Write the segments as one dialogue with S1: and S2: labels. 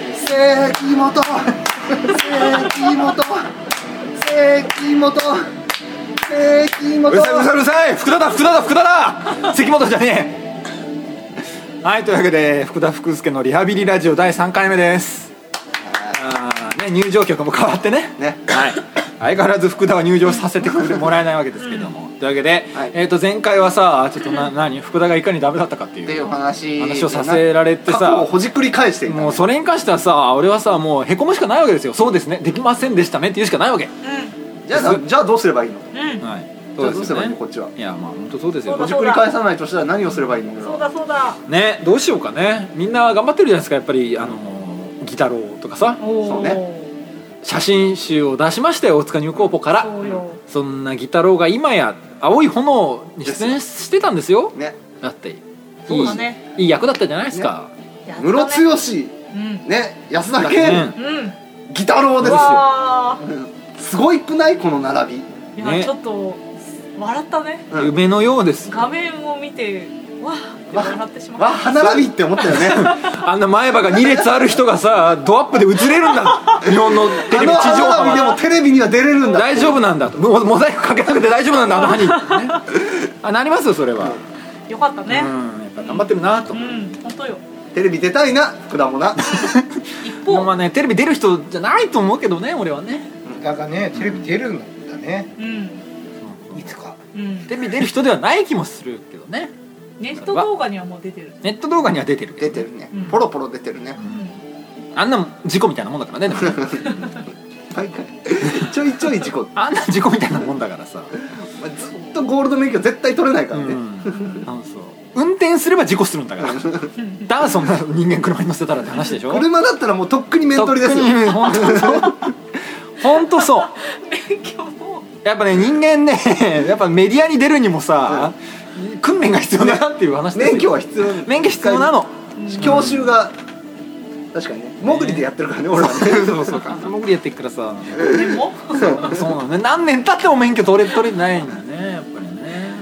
S1: 関本関本関本関
S2: うるさいうる
S1: 本
S2: さいうるさい福田だ福田だ福田だ関本じゃねえはいというわけで福田福助のリハビリラジオ第3回目ですあー、ね、入場曲も変わってね
S1: ね
S2: はい、相変わらず福田は入場させてくれもらえないわけですけどもというわけで、
S1: はい
S2: えー、と前回はさちょっとな何福田がいかにダメだったかってい
S1: っ
S2: う
S1: ていう話
S2: 話をさせられてさ
S1: 過去をほじくり返していた
S2: もうそれに関してはさ俺はさもうへこむしかないわけですよそうですねできませんでしたねっていうしかないわけ、
S1: じゃあじゃあどうすればいいの
S3: うん
S2: はい
S1: じゃあどうすればいいのこっちはい
S2: やまあ本当そうですよ
S3: そ
S1: ほ
S3: う
S1: じ
S3: だ
S1: くり返さないとしたら何をすればいいの
S3: そうだそうだ
S2: ねどうしようかねみんな頑張ってるじゃないですかやっぱりあのギタローとかさ
S3: おー
S1: そうね
S2: 写真集を出しましたよ大塚ニューコーポから
S3: そうよ
S2: そんなギタローが今や青い炎に出演してたんですよ
S1: ね
S2: だっていい
S3: そうだね
S2: いい役だったじゃないですか、
S3: やったね
S1: ムロツヨシ
S3: うん
S1: ね安田健
S3: うん
S1: ギタローです
S3: う
S1: よ
S3: わ
S1: うんすごいくないこの並び
S3: ーい
S2: ね
S3: やちょっと笑ったね
S1: うん
S2: 夢のようです
S3: 画面を見てわーって笑ってしま
S1: わ
S3: った
S1: 歯並びって思ったよね
S2: あんな前歯が2列ある人がさドアップで映れるんだ日本のテレ
S1: あ
S2: ビ
S1: の
S2: 地
S1: 歯
S2: 上波
S1: 並びで
S2: は
S1: もテレビには出れるんだ
S2: 大丈夫なんだとモモザイクかけなくて大丈夫なんだあの歯に、ねあなりますよそれは、
S3: よかったね
S2: うんやっぱ頑張ってるなと
S3: うん、本当よ
S1: テレビ出たいな福田もな
S3: 一
S2: もう
S3: 方
S2: まあねテレビ出る人じゃないと思うけどね俺はね
S4: だからねテレビ出るんだね
S3: うん
S4: いつか
S3: うん
S2: テレビ出る人ではない気もするけどね
S3: ネット動画にはもう出てる
S2: ネット動画には出てる
S1: 出
S2: けど
S1: てるね
S3: うん
S1: ポロポロ出てるね
S3: うん
S2: あんな事故みたいなもんだからねでもね
S1: 毎回ちょいちょい事故ま
S2: あんな事故みたいなもんだからさ、
S1: あずっとゴールド免許絶対取れないか
S2: う
S1: らね
S2: ん、あのそう運転すれば事故するんだからだからそんな人間車に乗せたらって話でしょ
S1: 車だったらもうとっくに面取りですよ
S2: 本当そう本当そう
S3: 勉強も
S2: やっぱね人間ねやっぱメディアに出るにもさ、訓練が必要だなっていう話ですよ
S1: 免許は必要
S2: 免許必要なの
S1: 教習が確かにね潜りでやってるからね俺はね
S2: そうそうか僕でやってっからさ
S3: でも
S2: そうなのね何年経っても免許取れ取れないんだねやっぱりね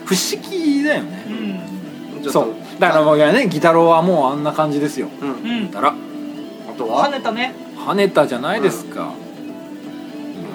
S2: うん不思議だよ
S3: う
S2: ね
S3: ん
S1: ちょっと
S2: そうだから僕はねギタローはもうあんな感じですよ
S1: うん
S3: う
S2: だ
S3: ん
S2: から
S1: あと
S3: 跳
S1: は
S3: ねたね
S2: 跳ねたじゃないですか、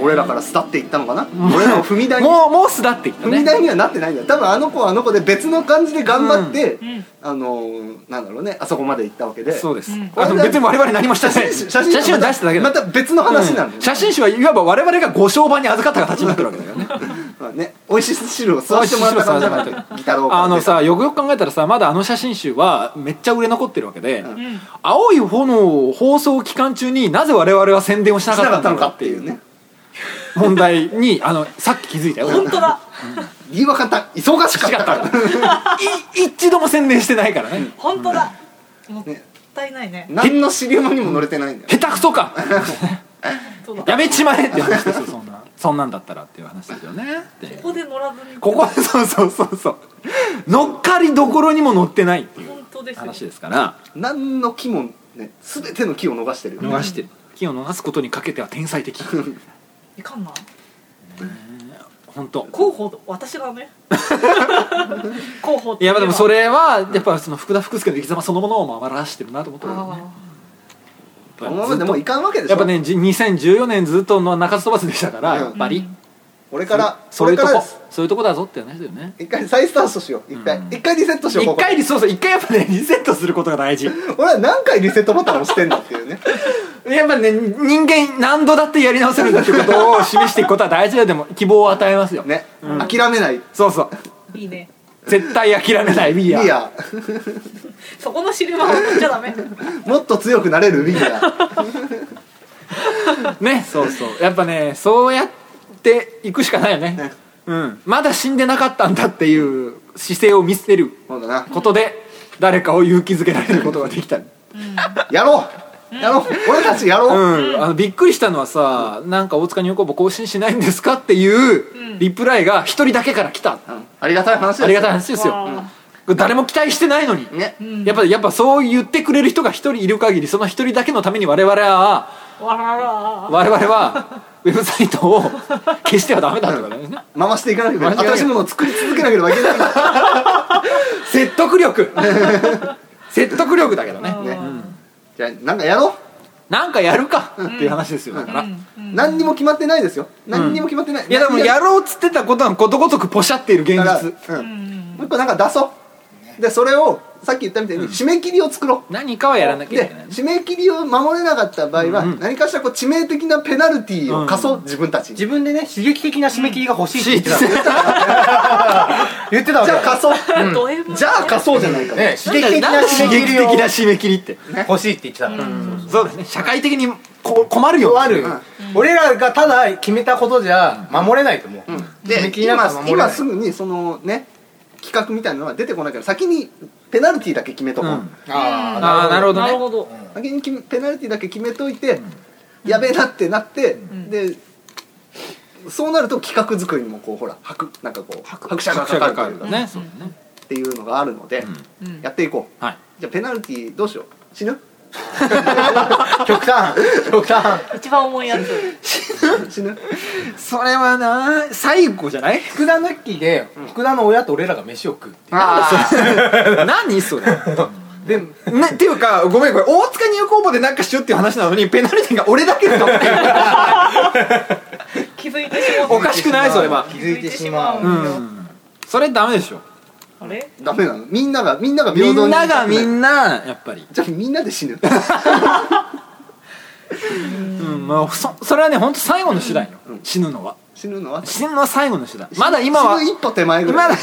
S1: 俺らから巣立っていったのかな俺らを踏み台に
S2: もうもう巣立ってきた
S1: 踏み
S2: ね
S1: 台にはなってないんだよ多分あの子はあの子で別の感じで頑張って、
S3: うん
S1: あのーなんだろうねあそこまで行ったわけで
S2: そうです、
S3: うん
S2: あの別に我々何もして
S1: 写
S2: ない
S1: 真集写真集
S2: 写真を出しただけだ
S1: また別の話なんだ
S2: う
S1: よ
S2: ん、写真集はいわば我々がご商売に預かった形になってるわけだよね
S1: まあね美味しい汁を吸わせてもらった感じだ
S2: 美味しい汁を吸わせてもら
S1: からギターロー
S2: あのさよくよく考えたらさまだあの写真集はめっちゃ売れ残ってるわけで、
S1: うん
S3: うん
S2: 青い炎を放送期間中になぜ我々は宣伝をしな
S1: しな
S2: か
S1: か
S2: っ
S1: ったた
S2: の
S1: の
S2: か
S1: か
S2: っ
S1: ってて
S2: い
S1: いううね
S2: 問題にあのさっき気づいたよ
S3: 本当だ
S1: 理由は簡単忙しかったから
S2: い一度も宣伝してないからね
S3: 本当だもったいないね
S1: 何の尻馬にも乗れてないんだよ
S2: 下手くそか
S3: そうだ
S2: やめちまえって話ですよそんなそんなんだったらっていう話ですよねっていう
S3: ここで乗らずに
S2: ここそうそうそうそう乗っかりどころにも乗ってないっていう
S3: 本当ですよ
S2: 話ですから
S1: 何の木もね全ての木を逃してるよね
S2: 逃してる木を逃すことにかけては天 才的
S3: いかんな
S2: 本当
S3: 候補私が ね候補
S2: いやまあでもそ
S3: れ
S2: れはやっぱその福田福助の生き様そのものを表してるなと思ったけどね
S3: あ
S1: このままでもういかんわけでしょ
S2: やっぱねじ2014年ずっとの中津飛ばずでしたから
S1: うん
S2: やっぱり
S1: 俺から
S2: そういうと
S1: 俺から
S2: こ
S1: です
S2: そういうとこだぞって話だよね
S1: 一回再スタートしよう一回
S2: うん
S1: 一回リセットしよう
S2: 一
S1: ここ
S2: 回リそうそう一回やっぱねリセットすることが大事
S1: 俺は何回リセットボタン押してんだっていうね
S2: やっぱね人間何度だってやり直せるんだってことを示していくことは大事だよでも希望を与えますよ
S1: ね
S2: うん
S1: 諦めない
S2: そうそう
S3: いいね
S2: 絶対諦めない We
S1: い
S2: are
S1: や
S3: そこの尻間を取っちゃダメ
S1: もっと強くなれるウィーラー
S2: ねそうそうやっぱねそうやっていくしかないよね
S1: ね
S2: うん、まだ死んでなかったんだっていう姿勢を見せる
S1: そうだな
S2: ことで誰かを勇気づけられることができた、う、
S1: やろうやろう俺たちやろうん
S2: あのびっくりしたのはさ「なんか大塚入高簿更新しないんですか?」っていうリプライが一人だけから来た、
S1: うんありがたい話です
S2: ありがたい話ですよ、
S3: わ
S2: うん誰も期待してないのに、
S1: ね
S3: うん
S2: やっぱやっぱそう言ってくれる人が一人いる限りその一人だけのために我々 は
S3: わらら
S2: 我々はウェブサイトを消してはダメだとかね
S1: 回していかなければ
S2: 回してい
S1: 新
S2: かなきゃ
S1: しいものを作り続けなければいけないんだ
S2: 説得力説得力だけどね
S3: うん
S1: ねじゃあなんかやろ
S2: なんかやるかっていう話ですよ、だから、
S1: う、何にも決まってないですよ何にも決まってない、
S2: いやでもやろうっつってたことがことごとくポシャっている現
S1: だから
S2: 実
S1: うん
S3: うん
S1: もう一個なんか出そうでそれをさっき言ったみたいに締め切りを作ろう、
S2: 何かはやらなきゃい
S1: で
S2: けないね
S1: 締め切りを守れなかった場合は、
S2: うんうん
S1: 何かしらこう致命的なペナルティーを課そう、自分たちに
S4: 自分でね刺激的な締め切りが欲しいって言ってたの 言ってたわ
S1: じ
S4: け
S1: ゃあ
S4: だ
S1: 貸そう
S3: ド M
S1: じゃあ貸そうじゃないか、
S4: ね刺激的
S2: な
S4: なん
S2: か刺
S4: 締
S2: 激
S4: め切
S2: 的
S4: りを
S2: な締め切りって
S4: 欲しいって言ってたから
S2: そうですね社会的にこ困るよ
S4: ある
S1: うん
S4: 俺らがただ決めたことじゃ守れないと思う締め
S1: で
S4: 切りなん
S1: 今
S4: か守れな
S1: 今
S4: い
S1: すぐにそのね企画みたいなのは出てこないから先にペナルティーだけ決めとこう、
S2: うん
S4: あー
S2: あーなるほどね
S3: なるほど
S1: 先に決めペナルティーだけ決めといて、やべえなってなって、
S3: ん
S1: でそうなると企画作りにもこうほら拍なんかこう拍車がかかるというか
S2: ねそうだね
S1: っていうのがあるので、
S3: うん
S1: やっていこう
S2: はい
S1: じゃあペナルティーどうしよう死ぬ
S4: 極端 極端
S3: 一番重いやつ
S1: 死ぬ
S2: それはな最後じゃない
S4: 福田抜きで福田の親と俺らが飯を食うっていう
S1: あ
S2: 何それ
S4: で
S2: ね、っていうかごめんこれ大塚入高校でなんかしようっていう話なのにペナルティーが俺だけだと思って る
S3: 気づいてしまう
S2: おかしくないそれは
S4: 気づいてしま
S3: う
S4: うん
S2: それダメでしょ
S3: あれ
S1: ーダメなのみんながみんなが
S2: み
S1: 平等
S2: ん
S1: に
S2: ながみんなやっぱり
S1: じゃあみんなで死ぬ
S2: うんまあそそれはね本当最後の手段よ、
S1: うん
S2: 死ぬのは
S1: 死ぬのは
S2: 死ぬのは最後の手段まだ今は
S1: 死ぬ一歩手前ぐ
S2: 今
S1: ら
S2: だ
S1: い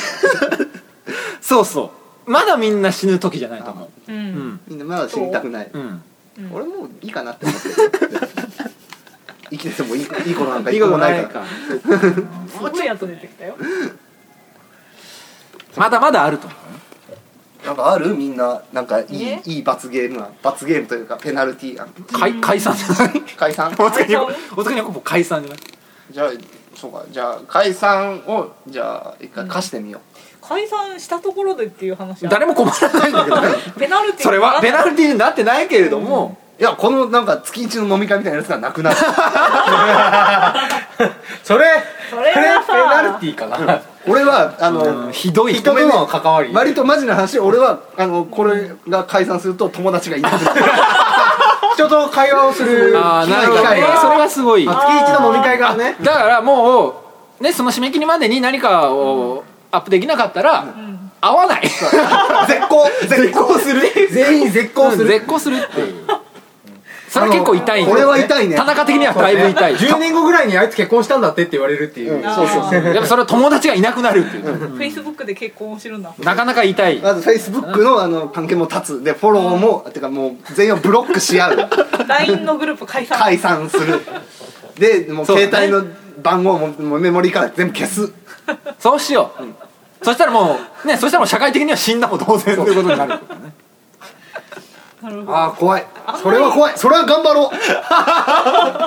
S2: そうそうまだみんな死ぬ時じゃないと思
S3: う
S2: ううんん
S1: みんなまだ死にたくない、
S2: うん
S3: うん
S1: 俺もういいかなって思って る生きててもいいいいことなんか
S2: い
S1: 一
S2: い
S1: 個
S2: こ
S1: も
S2: と
S1: な
S2: ない
S1: い
S2: か
S1: から
S3: すごいやつ出てきたよ
S2: まだまだあると思
S1: なんかあるみんななんかいい
S3: え
S1: いい罰ゲームは罰ゲームというかペナルティー案
S2: う解解散じゃない
S1: 解散
S2: 大塚入高大塚入高校解散じゃない
S1: じゃあそうかじゃあ解散をじゃあ一回貸してみよう、
S3: 解散したところでっていう話ある
S2: 誰も困らないんだけどね
S3: ペナルティ ー
S2: それはペナル
S3: ィ
S2: ティーになってないけれども、
S1: いやこのなんか月一の飲み会みたいなやつがなくなる
S4: それ
S3: それはさ
S4: ペナルティーかな
S1: 俺はあ
S2: う
S1: の、
S2: んひどい
S4: 人との関わり
S1: 割とマジな話俺はあのこれが解散すると友達がいなくなる
S4: 人と会話をする
S2: ああなるほど
S4: 機
S2: ね
S4: 会が
S2: それはすごいだ
S4: 月一の飲み会がね
S2: からもうねその締め切りまでに何かをアップできなかったら、
S3: ん
S2: 合わない絶
S1: 絶好絶好
S2: 好する
S1: 全員絶好す
S2: う
S1: る
S2: ん絶好するっていうそれは結構痛い
S1: これは痛いね
S2: 田中的にはだいぶ痛い、
S4: 10年後ぐらいにあいつ結婚したんだってって言われるっていう、
S1: うんそうそうそう
S2: やっぱそれは友達がいなくなるっていう、
S3: フェイスブックで結婚をしてるんだ
S2: なかなか痛い
S1: まずフェイスブックのあの関係も立つでフォローもてかもう全員をブロックし合 う
S3: LINE のグループ解散
S1: 解散するでもう
S2: そうだ
S1: 携
S2: ね
S1: 帯の番号ももうメモリーから全部消す
S2: そうしよう、そしたらもうねそしたらもう社会的には死んだも同然ということになる
S3: なるほど
S1: ああ怖いそれは怖いそれは頑張ろ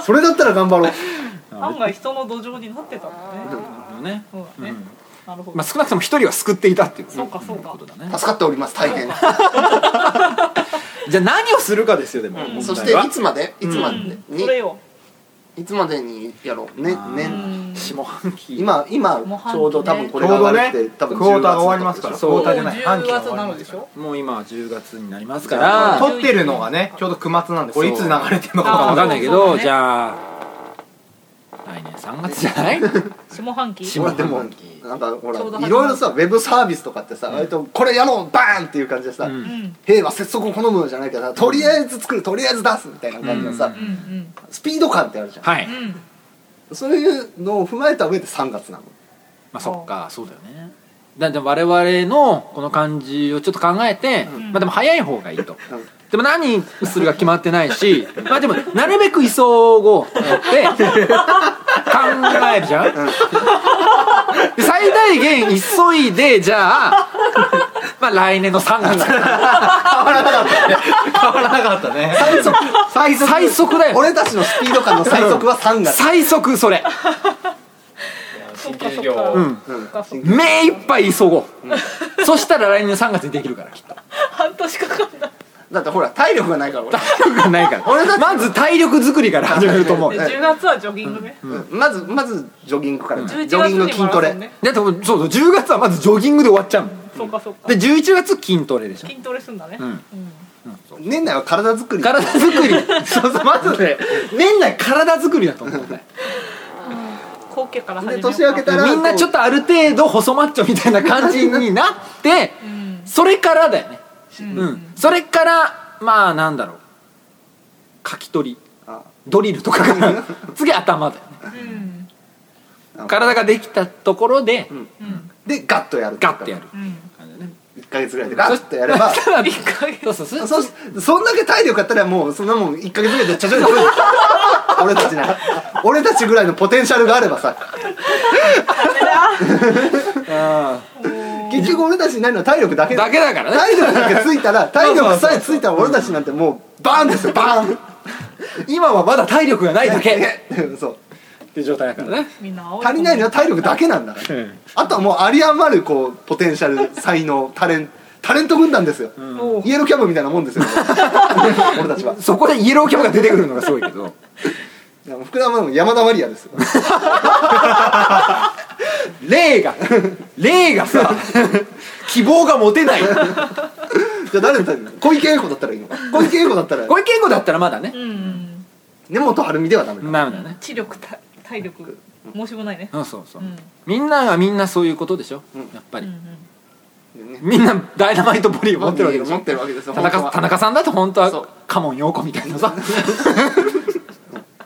S1: う それだったら頑張ろう
S3: 案外人の土壌になってたんだね
S2: ね
S3: そうだねなるほど
S2: まあ、少なくとも一人は救っていたっていう
S3: そうかそうか
S2: ことだね
S1: 助かっております大変
S2: じゃあ何をするかですよでも、問題は
S1: そしていつまでいつまでに、
S3: うんそれよ
S1: いつまでにやろうねね
S3: うん
S2: 下半期
S1: 今今
S3: もう半期
S1: ち
S3: ね
S1: ょうど多分これ
S4: ち
S1: が
S4: ょうど
S1: 上
S4: ね
S1: がって多分
S4: クォーターが終わりますから
S1: そう
S4: クォーターじゃない半
S3: 10
S4: 期が
S3: 月
S4: 終わりました
S3: なのでしょ
S2: もう今10月になりますから
S4: 撮ってるのがねちょうど9月なんでこれいつ流れてるのか
S2: わか
S4: わか
S2: ん
S4: ん
S2: な
S4: ないい
S2: け
S3: そう
S2: ど、
S3: だね
S2: じゃあ来年3月じゃない
S3: 下半期
S1: ほらでも
S2: 下半期
S1: なんかほら
S3: ちょうど始まる
S1: いろいろさウェブサービスとかってさ割とこれやろうバーンっていう感じでさ、
S2: ん
S3: うん
S1: 平和拙速を好むのじゃないけどさとりあえず作るとりあえず出すみたいな感じのさ、
S3: うんうん
S1: スピード感ってあるじゃん、
S2: はい、
S3: う
S2: ま
S3: ん
S1: そういうのを踏まえた上で3月なの
S2: あそっかそうだよねだって我々のこの感じをちょっと考えて、
S1: うん
S2: まあでも早い方がいいと、
S1: うん
S2: でも何するか決まってないしまあでもなるべく急ごうと思って考えるじゃん、で最大限急いでじゃあまあ来年の3月
S4: 変わらなかった ね
S1: 最速最速
S2: 最速だよ
S1: 俺たちのスピード感の最速は3月、
S2: 最速それ
S3: そっか
S4: 規
S3: そ
S4: 事
S3: っ
S4: 業
S3: か
S2: うん
S1: うん
S3: そっかそっか
S2: 目いっぱい急ごう、そしたら来年3月にできるからきっと
S3: 半年かかんない
S1: だってほら体力がないから俺
S2: 体力がないから
S1: 俺だって
S2: まず体力作りから始めると思う
S3: で
S2: だ
S1: え
S2: っ
S1: え
S3: 10月はジョギングね
S1: うんまずまずジョギングから、ジ
S3: 11月
S1: ョギング
S3: に
S1: 筋
S3: マ
S1: ト
S3: ラ
S1: レ、
S3: ソンね
S2: てそうそう10月はまずジョギングで終わっちゃうの
S3: そうかそうか
S2: で11月筋トレでしょ
S3: 筋トレすんだね
S2: うん
S3: うん
S2: うんそう
S1: 年内は体作り
S2: 体作り そうそうまずね年内体作りだと思うね
S3: 後期から始
S1: で
S3: めよう
S1: 年明けたら
S2: みんなちょっとある程度細マッチョみたいな感じになって
S3: うん
S2: それからだよね
S3: う
S2: うんん、それからまあなんだろう書き取り
S1: あ
S2: ドリルとかから 次頭だよね
S3: うん
S1: なんか
S2: 体ができたところで
S1: うん
S3: うん
S1: でガッとやる
S2: ガッてやる
S3: うん
S1: 1か月ぐらいでガッとやれば
S3: 一ヶ月
S2: そうそうそう
S1: そそんだけ体力やったらもうそんなもん1か月ぐらいでちゃちゃに取れる 俺たちなら俺たちぐらいのポテンシャルがあればさ
S2: あ
S1: 結局俺たちになるのは体力だけ
S2: ーだけだからね
S1: 体力だけ ついたら体力さえついたら俺たちなんてもうバーンですよバーン
S2: 今はまだ体力がないだけっ
S1: そう
S2: ていう状態だからね
S3: みんな青
S1: 足りないのは体力だけなんだからあとはもう有り余るこうポテンシャル才能タレンタレント軍団ですよ、
S3: おう
S1: イエローキャブみたいなもんです よ俺たちは
S2: そこでイエローキャブが出てくるのがすごいけど
S1: いやもう福田も山田マリアですよ
S2: 霊が霊がさ希望が持てない
S1: じゃあ誰だったら小池栄子だったらいいのか小池栄子だったら
S2: 小池健吾だったらまだね
S3: うん
S1: 根本晴美ではダメか
S2: ダメだね
S3: 知力た体力申し分ないね
S2: うんそうそううんみんながみんなそういうことでしょ
S1: うん
S2: やっぱ
S3: う
S2: り
S3: ん
S1: ね
S2: みんなダイナマイトボディを持ってるわけでし
S1: 持
S2: ょ
S1: ってるわけですよ
S2: 田中田中さんだと本当
S1: そう
S2: はカモン陽子みたいなさ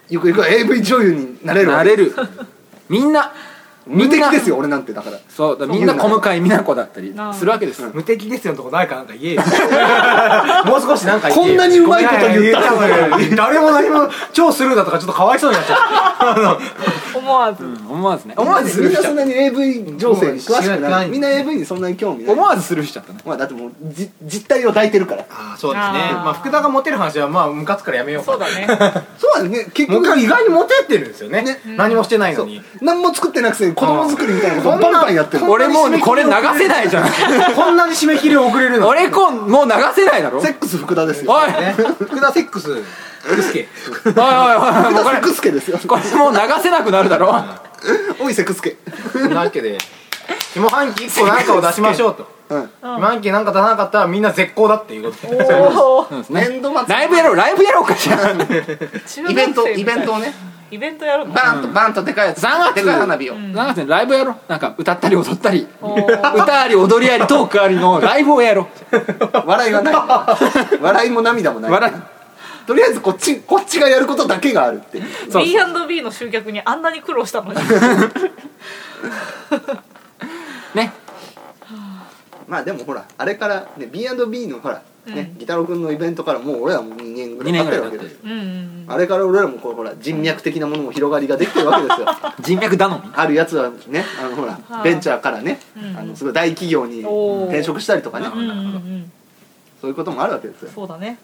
S1: ゆくゆくは AV 女優になれるわ
S2: な
S1: け
S2: れるみんな
S1: 無敵です
S2: よ
S1: よ俺なんてだから
S2: そうだみんな小向井美奈子だったりするわけです
S1: うん
S4: 無敵ですよのとこないかなんか 言えよもう少しなんか言えよ
S1: こんなにうまいこと言った
S4: いやいや言ったのよ誰も何も超スルーだとかちょっとかわいそうになっちゃ
S3: 思わず
S2: うん思わずね
S1: みん
S2: 思わずする
S1: な
S2: しちゃ
S1: そ
S2: っ
S1: んなに AV 情勢に詳しく
S4: もう知らな
S1: ないいみんな AV にそんなに興味
S2: た
S1: ない
S2: 思わずするしちゃったね
S1: まあだってもうじ実態を抱いてるから
S4: うあそう
S3: ですね
S4: まあ福田がモテる話はまあムカつくからやめよう
S3: そうだね
S1: そうだよね結
S4: もう
S1: 局
S4: 一回意外にモテてるんですよね
S1: ね
S4: 何もしてない
S1: そ
S4: の
S1: う
S4: に
S1: 何も作ってなくて子供作りみたいなこと
S4: う
S1: を
S4: ん
S1: バンバンやってる
S4: そんな
S2: 俺もうこれ流せないじゃん
S4: こんなに締め切り遅れるの
S2: 俺こうもう流せないだろおい
S1: セックス福田ですよ
S2: おいおい
S4: ね福田セックス福助
S2: おいおいも
S1: 福
S2: うこ
S1: 田セ
S2: れ
S1: ックスケですよ
S2: これもう流せなくなるだろ
S1: おいセックスケ
S4: そんなわけで下半期1個なんかを出しましょうと
S1: うん
S4: 下半期なんか出さなかったらみんな絶好だっていうことで
S3: おお
S2: そうですね
S1: 年度末
S2: ライブやろうライブやろうかじゃあ
S1: イベントイベントをね
S3: イベントやるの
S1: バーンとバーンとでかいやつ
S2: 三月
S1: でかい花火を
S2: なんかねライブやろうなんか歌ったり踊ったり
S3: おー
S2: 歌あり踊りありトークありのライブをやろう
S1: 笑いはない 笑いも涙もない
S2: 笑
S1: とりあえずこっちこっちがやることだけがあるっていう
S3: B&B の集客にあんなに苦労したのに
S2: いね
S1: まあでもほらあれからね B&B のほらね、
S3: うん
S1: ギタロ君のイベントからもう俺らも2年ぐらい経っ
S2: 2年ぐ
S1: て
S2: ら
S1: る
S2: い経
S1: わ
S2: っ
S1: け
S2: て
S1: です
S2: る
S1: よ
S3: うん
S1: あれから俺らもこうほら人脈的なものも広がりができてるわけですよ
S2: 人脈頼み
S1: あるやつはねあのほら
S3: はい
S1: ベンチャーからね、
S3: うん
S1: あのすごい大企業に
S3: おー
S1: 転職したりとかね
S3: うんうんうんうん
S1: そういうこともあるわけですよ
S3: そうだね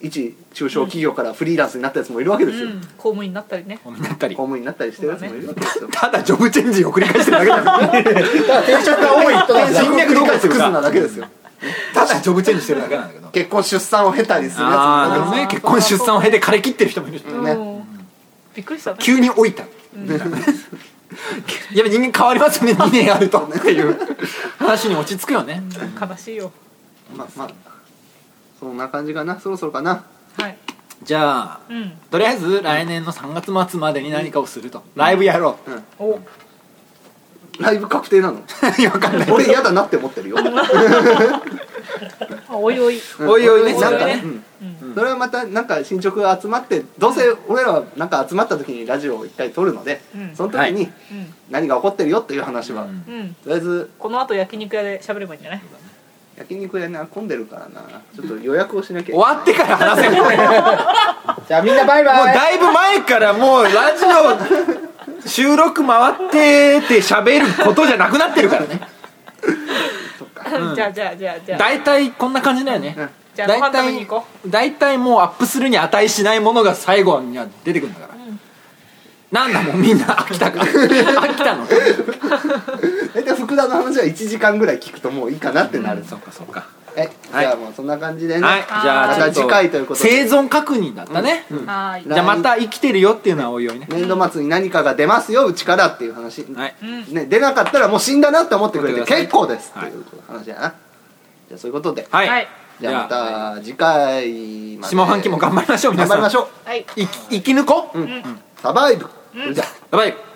S1: 一中小企業からフリーランスになったやつもいるわけ
S3: う
S1: ですよ、
S3: ん公務員になったりね
S2: お見になった
S1: 公
S2: り
S1: 務員になったりしてるやつもいるわけですよ
S2: ただジョブチェンジを繰り返してるだけだから
S1: 転職が多い人
S2: だ
S1: 人脈どこ
S2: 転職を繰り返す
S1: 尽くすなだけですよ
S2: ただジョブチェンジしてるだけなんだけど
S1: 結婚出産を経たりするやつも
S2: ああ
S1: い
S2: で
S1: るわ
S2: も
S3: あ
S2: ね
S3: ー
S2: 結婚出産を経て枯れ切ってる人もいるし
S1: ね
S3: うんびっくりしたね
S2: 急に老いた やっぱ人間変わりますよ ね2年あるとっていう話に落ち着くよね
S3: 悲しいよ
S1: まあまあそんな感じかなそろそろかな
S3: はい
S2: じゃあ
S3: うん
S2: とりあえず来年の3月末までに何かをするとライブやろ
S3: お
S1: ライブ確定なの
S2: う いやわかんない
S1: 俺嫌だなって思ってるよ
S3: あおいおい
S2: おいおいね
S1: なんかね
S3: おいおいね
S1: うん
S3: うん
S1: それはまたなんか進捗が集まってどうせ俺らはなんか集まった時にラジオを一回撮るので、
S3: うん
S1: その時に
S3: うん
S1: 何が起こってるよっていう話は、
S2: うん
S3: うん
S1: とりあえず
S3: この後焼肉屋で喋ればいいんじゃない
S1: 焼肉屋ね混んでるからなちょっと予約をしなきゃ
S2: 終わってから話 せるもう
S4: じゃあみんなバイバイ
S2: だいぶ前からもうラジオ収録回ってて喋ることじゃなくなってるからねうん
S3: じゃあじゃあじゃあじゃあ
S2: 大体こんな感じだよね
S1: うん
S3: じゃあご飯食べに行こ
S2: 大体もうアップするに値しないものが最後には出てくるんだから、なんだもうみんな飽きたから飽きたのか
S1: 大体福田の話は1時間ぐらい聞くともういいかなってなる、
S2: そうかそうか
S1: はい、
S2: はい
S1: じゃあもうそんな感じでね、
S2: はいじゃあ
S1: ま
S2: ちょ
S1: た
S2: っと
S1: 次回ということで
S2: 生存確認だったね、
S3: うはーい
S2: じゃあまた生きてるよっていうのはおいおいね、
S1: 年度末に何かが出ますようちからっていう話、
S2: はい
S3: うん
S1: ね、出なかったらもう死んだなって思ってくれて
S2: 思ってください
S1: 結構ですって
S2: はい
S1: いう話やな、じゃあそういうことで
S2: はい、
S3: はい
S1: じゃあまた次回まで
S2: 下半期も頑張りましょう皆
S1: 頑
S2: さ
S1: 張
S2: ん
S1: りましょ
S3: はい。
S2: い生き抜こう、
S1: うサバイブ、それじゃあ
S2: バイバイ